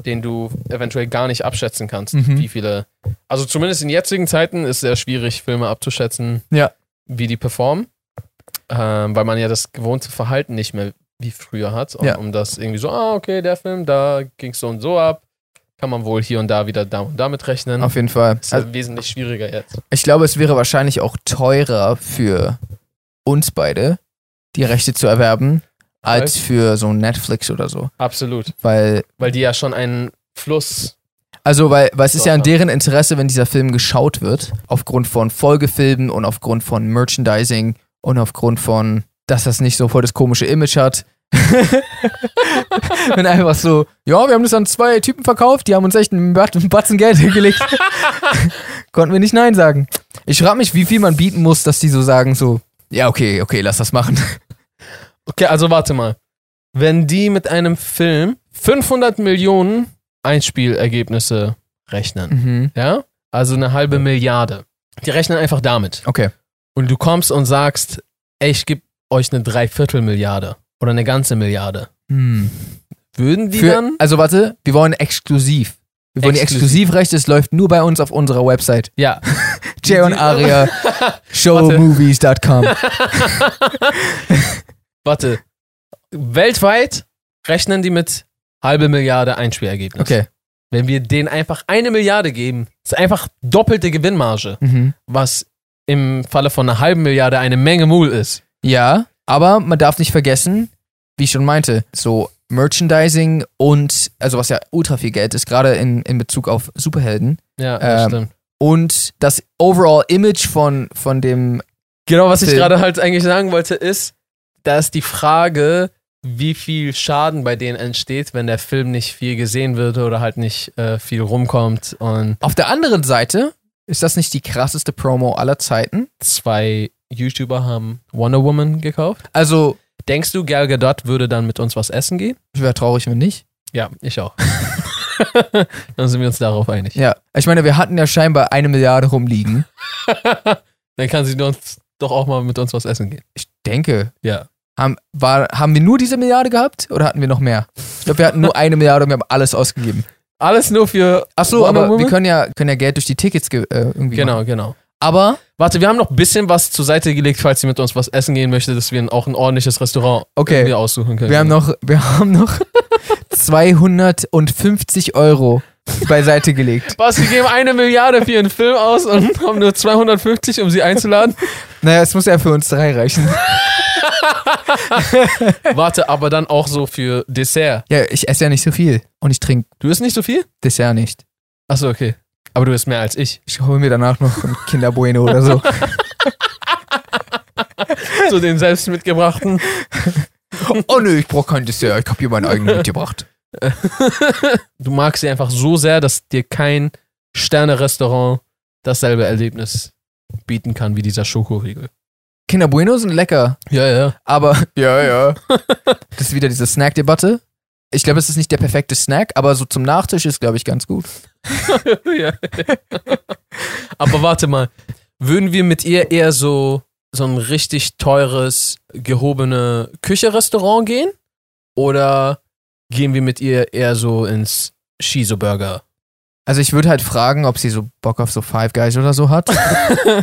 Speaker 2: den du eventuell gar nicht abschätzen kannst,
Speaker 1: Mhm.
Speaker 2: wie viele. Also zumindest in jetzigen Zeiten ist sehr schwierig, Filme abzuschätzen,
Speaker 1: Ja.
Speaker 2: wie die performen. Ähm, weil man ja das gewohnte Verhalten nicht mehr wie früher hat, um,
Speaker 1: Ja.
Speaker 2: um das irgendwie so, ah, okay, der Film, da ging es so und so ab. Kann man wohl hier und da wieder da und damit rechnen.
Speaker 1: Auf jeden Fall.
Speaker 2: ist ja
Speaker 1: Also,
Speaker 2: wesentlich schwieriger jetzt.
Speaker 1: ich glaube, es wäre wahrscheinlich auch teurer für uns beide, die Rechte zu erwerben, als für so Netflix oder so.
Speaker 2: Absolut.
Speaker 1: Weil
Speaker 2: Weil die ja schon einen Fluss.
Speaker 1: Also, weil, weil es ist
Speaker 2: So,
Speaker 1: ja in
Speaker 2: ja.
Speaker 1: deren Interesse, wenn dieser Film geschaut wird, aufgrund von Folgefilmen und aufgrund von Merchandising und aufgrund von, dass das nicht so voll das komische Image hat. wenn einfach so, ja, wir haben das an zwei Typen verkauft, die haben uns echt einen Bat- einen Batzen Geld hingelegt. Konnten wir nicht Nein sagen. Ich frage mich, wie viel man bieten muss, dass die so sagen, so, ja, okay, okay, lass das machen.
Speaker 2: Okay, also warte mal. Wenn die mit einem Film 500 Millionen Einspielergebnisse rechnen,
Speaker 1: Mhm.
Speaker 2: ja? Also eine halbe Milliarde. Die rechnen einfach damit.
Speaker 1: Okay.
Speaker 2: Und du kommst und sagst, ey, ich gebe euch eine Dreiviertelmilliarde oder eine ganze Milliarde.
Speaker 1: Hm.
Speaker 2: Würden die
Speaker 1: Für,
Speaker 2: dann?
Speaker 1: also warte, wir wollen exklusiv. Wir wollen
Speaker 2: Exklusiv.
Speaker 1: die Exklusivrechte, es läuft nur bei uns auf unserer Website.
Speaker 2: Ja.
Speaker 1: Jay und Aria, showmovies.com.
Speaker 2: Warte. Weltweit rechnen die mit halbe Milliarde Einspielergebnis.
Speaker 1: Okay.
Speaker 2: Wenn wir denen einfach eine Milliarde geben, ist einfach doppelte Gewinnmarge,
Speaker 1: Mhm.
Speaker 2: was im Falle von einer halben Milliarde eine Menge Mul ist.
Speaker 1: Ja, aber man darf nicht vergessen, wie ich schon meinte, so Merchandising und, also was ja ultra viel Geld ist, gerade in, in Bezug auf Superhelden.
Speaker 2: Ja, das
Speaker 1: Ähm,
Speaker 2: stimmt.
Speaker 1: Und das Overall-Image von, von dem.
Speaker 2: Genau, was ich
Speaker 1: Film.
Speaker 2: gerade halt eigentlich sagen wollte, ist, dass die Frage, wie viel Schaden bei denen entsteht, wenn der Film nicht viel gesehen wird oder halt nicht äh, viel rumkommt und
Speaker 1: Auf der anderen Seite ist das nicht die krasseste Promo aller Zeiten.
Speaker 2: zwei YouTuber haben Wonder Woman gekauft.
Speaker 1: Also,
Speaker 2: Denkst du, Gal Gadot würde dann mit uns was essen gehen?
Speaker 1: ich wäre traurig, wenn nicht.
Speaker 2: Ja, ich auch. dann sind wir uns darauf einig.
Speaker 1: Ja. Ich meine, wir hatten ja scheinbar eine Milliarde rumliegen.
Speaker 2: Dann kann sie uns doch auch mal mit uns was essen gehen.
Speaker 1: Ich denke,
Speaker 2: Ja.
Speaker 1: Haben, war, haben wir nur diese Milliarde gehabt oder hatten wir noch mehr? Ich glaube, wir hatten nur eine Milliarde und wir haben alles ausgegeben.
Speaker 2: Alles nur für.
Speaker 1: Achso,
Speaker 2: Wonder
Speaker 1: aber wir
Speaker 2: Woman?
Speaker 1: können ja, können ja Geld durch die Tickets ge äh, irgendwie.
Speaker 2: Genau,
Speaker 1: Machen.
Speaker 2: genau.
Speaker 1: Aber,
Speaker 2: Warte, wir haben noch ein bisschen was zur Seite gelegt, falls sie mit uns was essen gehen möchte, dass wir auch ein ordentliches Restaurant
Speaker 1: Okay.
Speaker 2: irgendwie aussuchen können.
Speaker 1: wir haben noch, wir haben noch 250 Euro beiseite gelegt.
Speaker 2: was, wir geben eine Milliarde für ihren Film aus und haben nur 250, um sie einzuladen?
Speaker 1: Naja, es muss ja für uns drei reichen.
Speaker 2: Warte, aber dann auch so für Dessert.
Speaker 1: Ja, ich esse ja nicht so viel und ich trinke
Speaker 2: Du isst nicht so viel?
Speaker 1: Dessert nicht.
Speaker 2: Achso, okay. Aber du isst mehr als ich.
Speaker 1: Ich hole mir danach noch ein Kinder Bueno oder so.
Speaker 2: So den selbst mitgebrachten.
Speaker 1: Oh nö, ich brauche kein Dessert. Ich habe hier meinen eigenen mitgebracht.
Speaker 2: Du magst sie einfach so sehr, dass dir kein Sterne-Restaurant dasselbe Erlebnis bieten kann wie dieser Schokoriegel.
Speaker 1: Kinder Bueno sind lecker.
Speaker 2: Ja, ja.
Speaker 1: Aber. Ja, ja. das ist wieder diese Snack-Debatte. Ich glaube, es ist nicht der perfekte Snack, aber so zum Nachtisch ist, glaube ich, ganz gut.
Speaker 2: ja. Aber warte mal, würden wir mit ihr eher so, so ein richtig teures, gehobene Küche-Restaurant gehen? Oder gehen wir mit ihr eher so ins Shiso-Burger?
Speaker 1: Also ich würde halt fragen, ob sie so Bock auf so Five Guys oder so hat.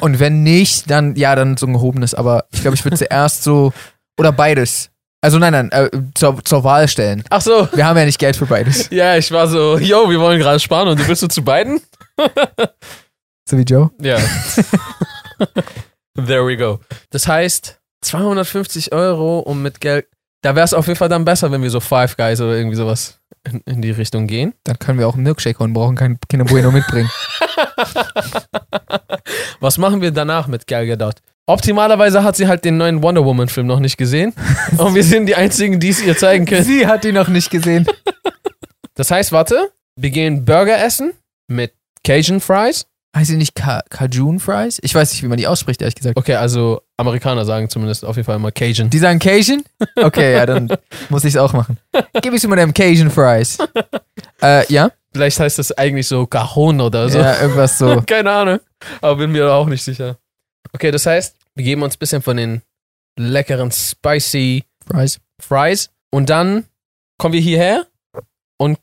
Speaker 1: Und wenn nicht, dann ja, dann so ein gehobenes. Aber ich glaube, ich würde zuerst so oder beides. Also nein, nein, äh, zur, zur Wahl stellen.
Speaker 2: Ach so,
Speaker 1: Wir haben ja nicht Geld für beides.
Speaker 2: ja, ich war so, yo, wir wollen gerade sparen und du willst du zu beiden?
Speaker 1: So wie Joe.
Speaker 2: Ja. There we go. Das heißt, 250 Euro, um mit Geld. Da wäre es auf jeden Fall dann besser, wenn wir so Five Guys oder irgendwie sowas in, in die Richtung gehen.
Speaker 1: Dann können wir auch einen Milkshake holen, brauchen keinen Kinder Bueno mitbringen.
Speaker 2: Was machen wir danach mit Gal Gadot? Optimalerweise hat sie halt den neuen Wonder Woman Film noch nicht gesehen und wir sind die einzigen, die es ihr zeigen können.
Speaker 1: sie hat die noch nicht gesehen.
Speaker 2: Das heißt, warte, wir gehen Burger essen mit Cajun Fries.
Speaker 1: Heißt sie nicht Ka Cajun Fries? Ich weiß nicht, wie man die ausspricht, ehrlich gesagt.
Speaker 2: Okay, also Amerikaner sagen zumindest auf jeden Fall immer Cajun.
Speaker 1: Die sagen Cajun? Okay, ja, dann muss ich es auch machen. Gib ich mal deinem Cajun Fries. äh, ja?
Speaker 2: Vielleicht heißt das eigentlich so Cajon oder so.
Speaker 1: Ja, irgendwas so.
Speaker 2: Keine Ahnung, aber bin mir da auch nicht sicher. Okay, das heißt, wir geben uns ein bisschen von den leckeren spicy
Speaker 1: Fries.
Speaker 2: Fries Und dann kommen wir hierher und,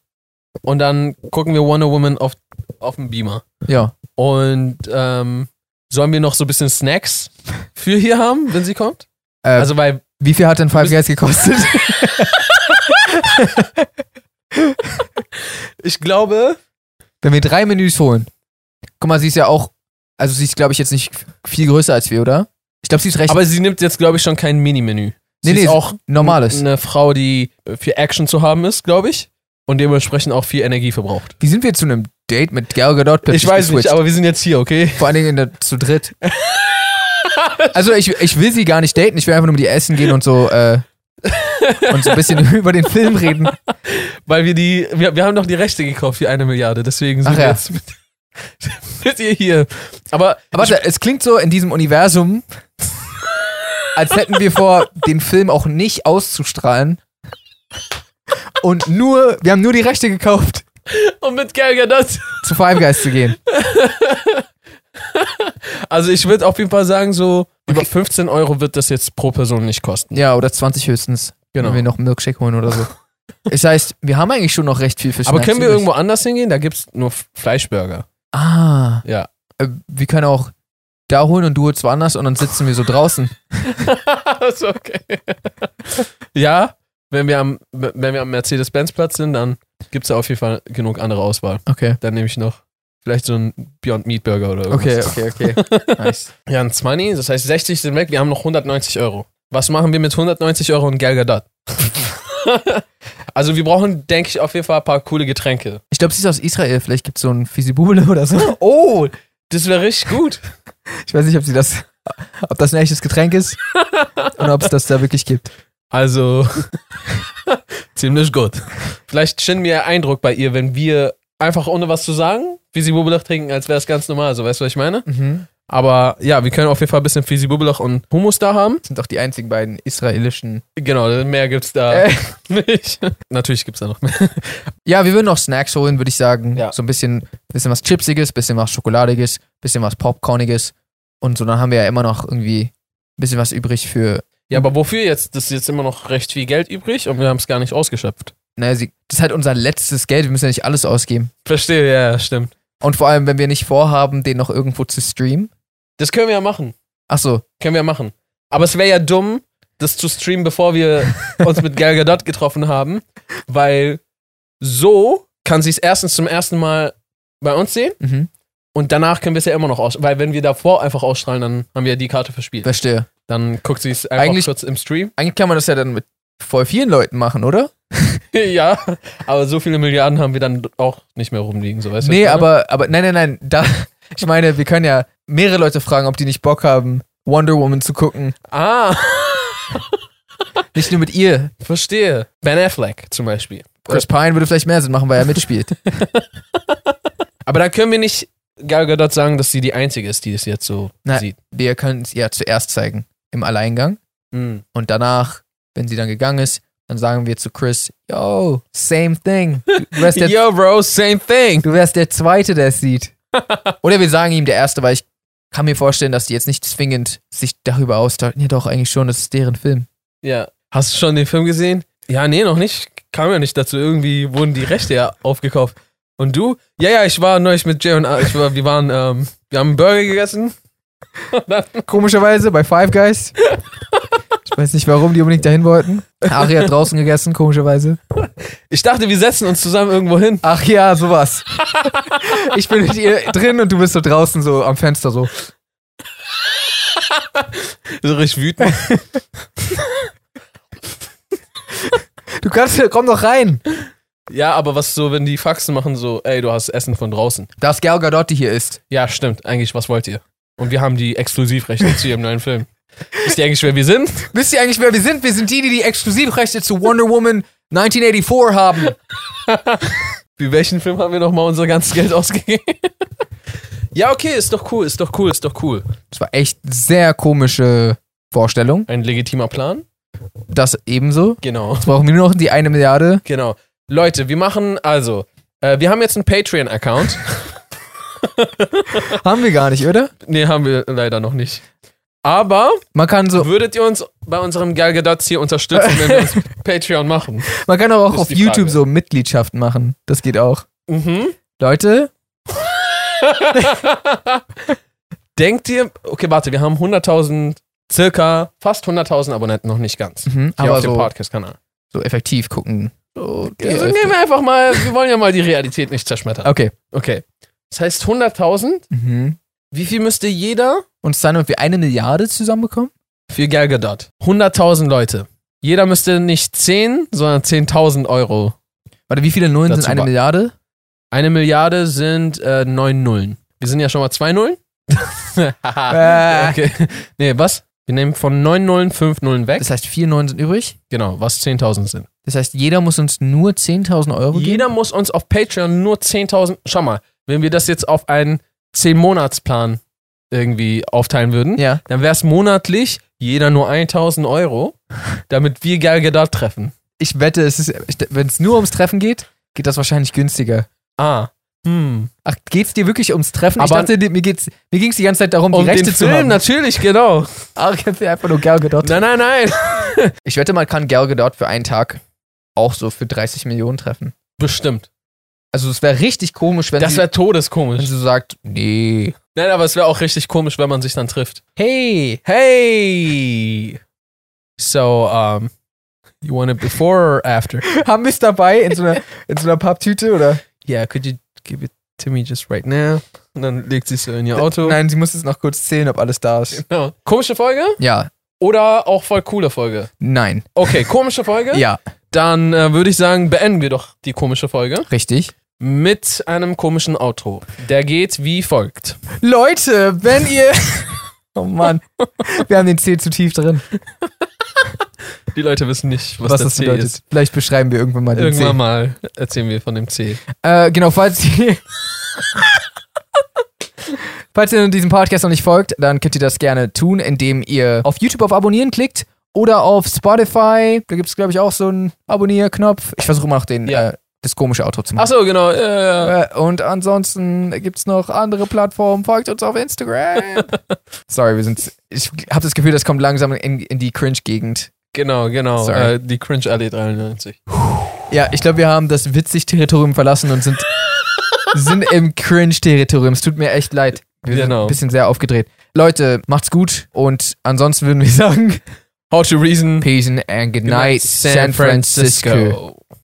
Speaker 2: und dann gucken wir Wonder Woman auf, auf dem Beamer.
Speaker 1: Ja.
Speaker 2: Und ähm, sollen wir noch so ein bisschen Snacks für hier haben, wenn sie kommt?
Speaker 1: Äh,
Speaker 2: Also, weil
Speaker 1: wie viel hat denn Five
Speaker 2: bis-
Speaker 1: Guys gekostet?
Speaker 2: ich glaube,
Speaker 1: Wenn wir drei Menüs holen. Guck mal, sie ist ja auch, also sie ist, glaube ich, jetzt nicht viel größer als wir, oder? Ich glaube, sie ist recht
Speaker 2: aber sie nimmt jetzt, glaube ich, schon kein Mini-Menü.
Speaker 1: Nee,
Speaker 2: Sie
Speaker 1: nee,
Speaker 2: ist auch
Speaker 1: normales.
Speaker 2: eine Frau, die äh, viel Action zu haben ist, glaube ich. Und dementsprechend auch viel Energie verbraucht.
Speaker 1: Wie sind wir zu einem Date mit Gal Gadot
Speaker 2: Ich weiß nicht, aber wir sind jetzt hier, okay?
Speaker 1: Vor allen Dingen in der, zu dritt. also ich, ich will sie gar nicht daten, ich will einfach nur mit ihr essen gehen und so, äh, und so ein bisschen über den Film reden.
Speaker 2: Weil wir die, wir, wir haben doch die Rechte gekauft für eine Milliarde, deswegen sind
Speaker 1: Ach
Speaker 2: wir
Speaker 1: ja.
Speaker 2: jetzt mit, mit ihr hier. Aber,
Speaker 1: Aber warte, es klingt so in diesem Universum, als hätten wir vor, den Film auch nicht auszustrahlen. Und nur, wir haben nur die Rechte gekauft,
Speaker 2: und mit Gal Gadot.
Speaker 1: zu Five Guys zu gehen.
Speaker 2: Also ich würde auf jeden Fall sagen, so über 15 Euro wird das jetzt pro Person nicht kosten.
Speaker 1: Ja, oder 20 höchstens.
Speaker 2: Genau.
Speaker 1: Wenn wir noch einen Milkshake holen oder so. Das heißt, wir haben eigentlich schon noch recht viel für
Speaker 2: Aber
Speaker 1: Snacks
Speaker 2: können wir
Speaker 1: übrig.
Speaker 2: irgendwo anders hingehen? Da gibt's nur F- Fleischburger.
Speaker 1: Ah.
Speaker 2: Ja.
Speaker 1: Äh, Wir können auch da holen und du holst woanders und dann sitzen wir so draußen.
Speaker 2: ist okay. ja, wenn wir am, wenn wir am Mercedes-Benz-Platz sind, dann gibt's da auf jeden Fall genug andere Auswahl.
Speaker 1: Okay.
Speaker 2: Dann nehme ich noch vielleicht so einen Beyond Meat Burger oder irgendwas.
Speaker 1: Okay, okay, okay. Nice.
Speaker 2: Ja, ein 20, das heißt 60 sind weg, wir haben noch 190 Euro. Was machen wir mit 190 Euro und Gal Gadot? also wir brauchen, denke ich, auf jeden Fall ein paar coole Getränke.
Speaker 1: Ich glaube, sie ist aus Israel. Vielleicht gibt es so ein Fisibule oder so.
Speaker 2: Oh, das wäre richtig gut.
Speaker 1: Ich weiß nicht, ob sie das, ob das ein echtes Getränk ist und ob es das da wirklich gibt.
Speaker 2: Also, ziemlich gut. Vielleicht schinden wir Eindruck bei ihr, wenn wir einfach ohne was zu sagen Fisi Bubelach trinken, als wäre es ganz normal. So, weißt du, was ich meine?
Speaker 1: Mhm.
Speaker 2: Aber ja, wir können auf jeden Fall ein bisschen Fisi Bubelach und Hummus da haben.
Speaker 1: Das sind doch die einzigen beiden israelischen.
Speaker 2: Genau, mehr gibt's da
Speaker 1: Äh.
Speaker 2: nicht. Natürlich gibt's da noch mehr.
Speaker 1: Ja, wir würden noch Snacks holen, würde ich sagen.
Speaker 2: Ja.
Speaker 1: So ein bisschen, bisschen was Chipsiges, bisschen was Schokoladiges, bisschen was Popcorniges. Und so, dann haben wir ja immer noch irgendwie ein bisschen was übrig für
Speaker 2: Ja, aber wofür jetzt? Das ist jetzt immer noch recht viel Geld übrig und wir haben es gar nicht ausgeschöpft.
Speaker 1: Naja, sie, das ist halt unser letztes Geld, wir müssen ja nicht alles ausgeben.
Speaker 2: Verstehe, ja, stimmt.
Speaker 1: Und vor allem, wenn wir nicht vorhaben, den noch irgendwo zu streamen.
Speaker 2: Das können wir ja machen.
Speaker 1: Achso,
Speaker 2: Können wir machen. Aber es wäre ja dumm, das zu streamen, bevor wir uns mit Gal Gadot getroffen haben, weil so kann sie es erstens zum ersten Mal bei uns sehen
Speaker 1: mhm.
Speaker 2: und danach können wir es ja immer noch ausstrahlen. Weil wenn wir davor einfach ausstrahlen, dann haben wir ja die Karte verspielt.
Speaker 1: verstehe.
Speaker 2: Dann guckt sie es einfach
Speaker 1: Eigentlich-
Speaker 2: kurz im Stream.
Speaker 1: Eigentlich kann man das ja dann mit voll vielen Leuten machen, oder?
Speaker 2: ja, aber so viele Milliarden haben wir dann auch nicht mehr rumliegen, so weißt du? was
Speaker 1: nee,
Speaker 2: ich meine?
Speaker 1: aber, aber nein, nein, nein. Da, ich meine, wir können ja mehrere Leute fragen, ob die nicht Bock haben, Wonder Woman zu gucken.
Speaker 2: Ah,
Speaker 1: Nicht nur mit ihr.
Speaker 2: verstehe. Ben Affleck zum Beispiel.
Speaker 1: Chris Pine würde vielleicht mehr Sinn machen, weil er mitspielt.
Speaker 2: Aber dann können wir nicht Gal Gadot sagen, dass sie die Einzige ist, die es jetzt so
Speaker 1: Nein.
Speaker 2: sieht.
Speaker 1: wir können es ihr zuerst zeigen. Im Alleingang.
Speaker 2: Mhm.
Speaker 1: Und danach, wenn sie dann gegangen ist, dann sagen wir zu Chris, yo, same thing. Du wärst der
Speaker 2: Yo, Bro, same thing.
Speaker 1: Du wärst der Zweite, der es sieht. Oder wir sagen ihm der Erste, weil ich kann mir vorstellen, dass die jetzt nicht zwingend sich darüber austauschen. Ja, doch, eigentlich schon, das ist deren Film.
Speaker 2: Ja. Hast du schon den Film gesehen? Ja, nee, noch nicht. Kam ja nicht dazu. Irgendwie wurden die Rechte ja aufgekauft. Und du? Ja, ja, ich war neulich mit Jay und A. Ich war, wir waren, ähm, wir haben einen Burger gegessen.
Speaker 1: Komischerweise bei Five Guys. Ich weiß nicht, warum die unbedingt dahin wollten. Ari hat draußen gegessen, komischerweise.
Speaker 2: Ich dachte, wir setzen uns zusammen irgendwo hin.
Speaker 1: Ach ja, sowas. Ich bin mit ihr drin und du bist so draußen, so am Fenster so.
Speaker 2: So richtig wütend.
Speaker 1: Du kannst, komm doch rein.
Speaker 2: Ja, aber was so, wenn die Faxen machen, so, ey, du hast Essen von draußen.
Speaker 1: Dass Gal Gadot die hier ist.
Speaker 2: Ja, stimmt. Eigentlich, was wollt ihr? Und wir haben die Exklusivrechte zu ihrem neuen Film. Wisst ihr eigentlich, wer wir sind?
Speaker 1: Wisst ihr eigentlich, wer wir sind? Wir sind die, die die Exklusivrechte zu Wonder Woman 1984 haben.
Speaker 2: Für welchen Film haben wir nochmal unser ganzes Geld ausgegeben? ja, okay, ist doch cool, ist doch cool, ist doch cool.
Speaker 1: Das war echt sehr komische Vorstellung.
Speaker 2: Ein legitimer Plan?
Speaker 1: Das ebenso.
Speaker 2: Genau.
Speaker 1: Jetzt brauchen wir nur noch die eine Milliarde.
Speaker 2: Genau. Leute, wir machen also, äh, wir haben jetzt einen Patreon-Account.
Speaker 1: Haben wir gar nicht, oder?
Speaker 2: nee, haben wir leider noch nicht. Aber
Speaker 1: Man kann so,
Speaker 2: würdet ihr uns bei unserem Gal Gadot hier unterstützen, wenn wir uns Patreon machen?
Speaker 1: man kann aber auch
Speaker 2: Ist
Speaker 1: auf
Speaker 2: die Frage.
Speaker 1: YouTube so Mitgliedschaften machen. Das geht auch.
Speaker 2: Mhm.
Speaker 1: Leute,
Speaker 2: Denkt ihr, okay, warte, wir haben 100.000, circa fast 100.000 Abonnenten, noch nicht ganz. Hier
Speaker 1: mhm,
Speaker 2: auf
Speaker 1: aber
Speaker 2: dem
Speaker 1: so,
Speaker 2: Podcast-Kanal.
Speaker 1: so effektiv gucken.
Speaker 2: Also nehmen wir einfach mal, wir wollen ja mal die Realität nicht zerschmettern.
Speaker 1: Okay.
Speaker 2: Okay. Das heißt 100.000,
Speaker 1: Mhm.
Speaker 2: wie viel müsste jeder
Speaker 1: Und dann, ob wir eine Milliarde zusammenbekommen?
Speaker 2: für Gal Gadot? 100.000 Leute. Jeder müsste nicht 10, sondern 10.000 Euro.
Speaker 1: Warte, wie viele Nullen
Speaker 2: Dazu
Speaker 1: sind eine
Speaker 2: war-
Speaker 1: Milliarde?
Speaker 2: Eine Milliarde sind äh, neun Nullen. Wir sind ja schon mal zwei Nullen.
Speaker 1: Äh.
Speaker 2: Ah. okay. Nee, was? Wir nehmen von neun Nullen fünf Nullen weg.
Speaker 1: Das heißt, vier Nullen sind übrig.
Speaker 2: Genau, was 10.000 sind.
Speaker 1: Das heißt, jeder muss uns nur 10.000 Euro geben.
Speaker 2: Jeder muss uns auf Patreon nur 10.000. Schau mal, wenn wir das jetzt auf einen 10-Monats-Plan irgendwie aufteilen würden,
Speaker 1: Ja.
Speaker 2: dann wäre es monatlich jeder nur 1.000 Euro, damit wir Gal Gadot treffen.
Speaker 1: Ich wette, es ist, wenn es nur ums Treffen geht, geht das wahrscheinlich günstiger.
Speaker 2: Ah. Hm.
Speaker 1: Ach, geht's dir wirklich ums Treffen? ich
Speaker 2: Aber-
Speaker 1: dachte, dir- mir, geht's, mir ging's die ganze Zeit darum,
Speaker 2: Um
Speaker 1: die Rechte
Speaker 2: den
Speaker 1: zu
Speaker 2: Film
Speaker 1: haben.
Speaker 2: natürlich, genau.
Speaker 1: Ach, ich hab einfach nur Gal Gadot.
Speaker 2: Nein, nein, nein.
Speaker 1: Ich wette, man kann Gal Gadot für einen Tag auch so für 30 Millionen treffen.
Speaker 2: Bestimmt.
Speaker 1: Also es wäre richtig komisch, wenn
Speaker 2: Das
Speaker 1: sie,
Speaker 2: wäre todeskomisch.
Speaker 1: wenn sie sagt, nee.
Speaker 2: Nein, aber es wäre auch richtig komisch, wenn man sich dann trifft.
Speaker 1: Hey,
Speaker 2: Hey! So, um, you want it before or after?
Speaker 1: haben wir es dabei in so einer, in so einer Papptüte oder?
Speaker 2: Yeah, could you give it to me just right now? Und dann legt sie es so in ihr Auto.
Speaker 1: Nein, sie muss es noch kurz zählen, ob alles da ist.
Speaker 2: Genau. Komische Folge
Speaker 1: Ja,
Speaker 2: oder auch voll coole Folge?
Speaker 1: nein,
Speaker 2: Okay, komische Folge.
Speaker 1: ja,
Speaker 2: Dann äh, würde ich sagen, beenden wir doch die komische Folge
Speaker 1: richtig.
Speaker 2: mit einem komischen Outro. Der geht wie folgt.
Speaker 1: Leute, wenn ihr... Oh Mann, wir haben den C zu tief drin,
Speaker 2: Die Leute wissen nicht, was,
Speaker 1: was,
Speaker 2: der
Speaker 1: das
Speaker 2: C
Speaker 1: bedeutet.
Speaker 2: ist.
Speaker 1: Vielleicht beschreiben wir irgendwann mal den
Speaker 2: Irgendwann
Speaker 1: C.
Speaker 2: mal erzählen wir von dem C.
Speaker 1: Äh, genau, falls ihr. falls ihr diesem Podcast noch nicht folgt, dann könnt ihr das gerne tun, indem ihr auf YouTube auf Abonnieren klickt oder auf Spotify. Da gibt es, glaube ich, auch so einen Abonnierknopf. Ich versuche immer noch den,
Speaker 2: Ja.
Speaker 1: äh, das komische Auto zu machen.
Speaker 2: Achso, genau. Äh,
Speaker 1: Äh, Und ansonsten gibt es noch andere Plattformen. Folgt uns auf Instagram. Sorry, wir sind. Ich habe das Gefühl, das kommt langsam in, in die Cringe-Gegend.
Speaker 2: Genau, genau.
Speaker 1: Sorry.
Speaker 2: Äh, die Cringe Alley 93.
Speaker 1: Ja, ich glaube, wir haben das Witzig-Territorium verlassen und sind, sind im Cringe-Territorium. Es tut mir echt leid. Wir sind
Speaker 2: Genau.
Speaker 1: ein bisschen sehr aufgedreht. Leute, macht's gut und ansonsten würden wir sagen,
Speaker 2: How to reason. Genau.
Speaker 1: Peace and good night, San Francisco.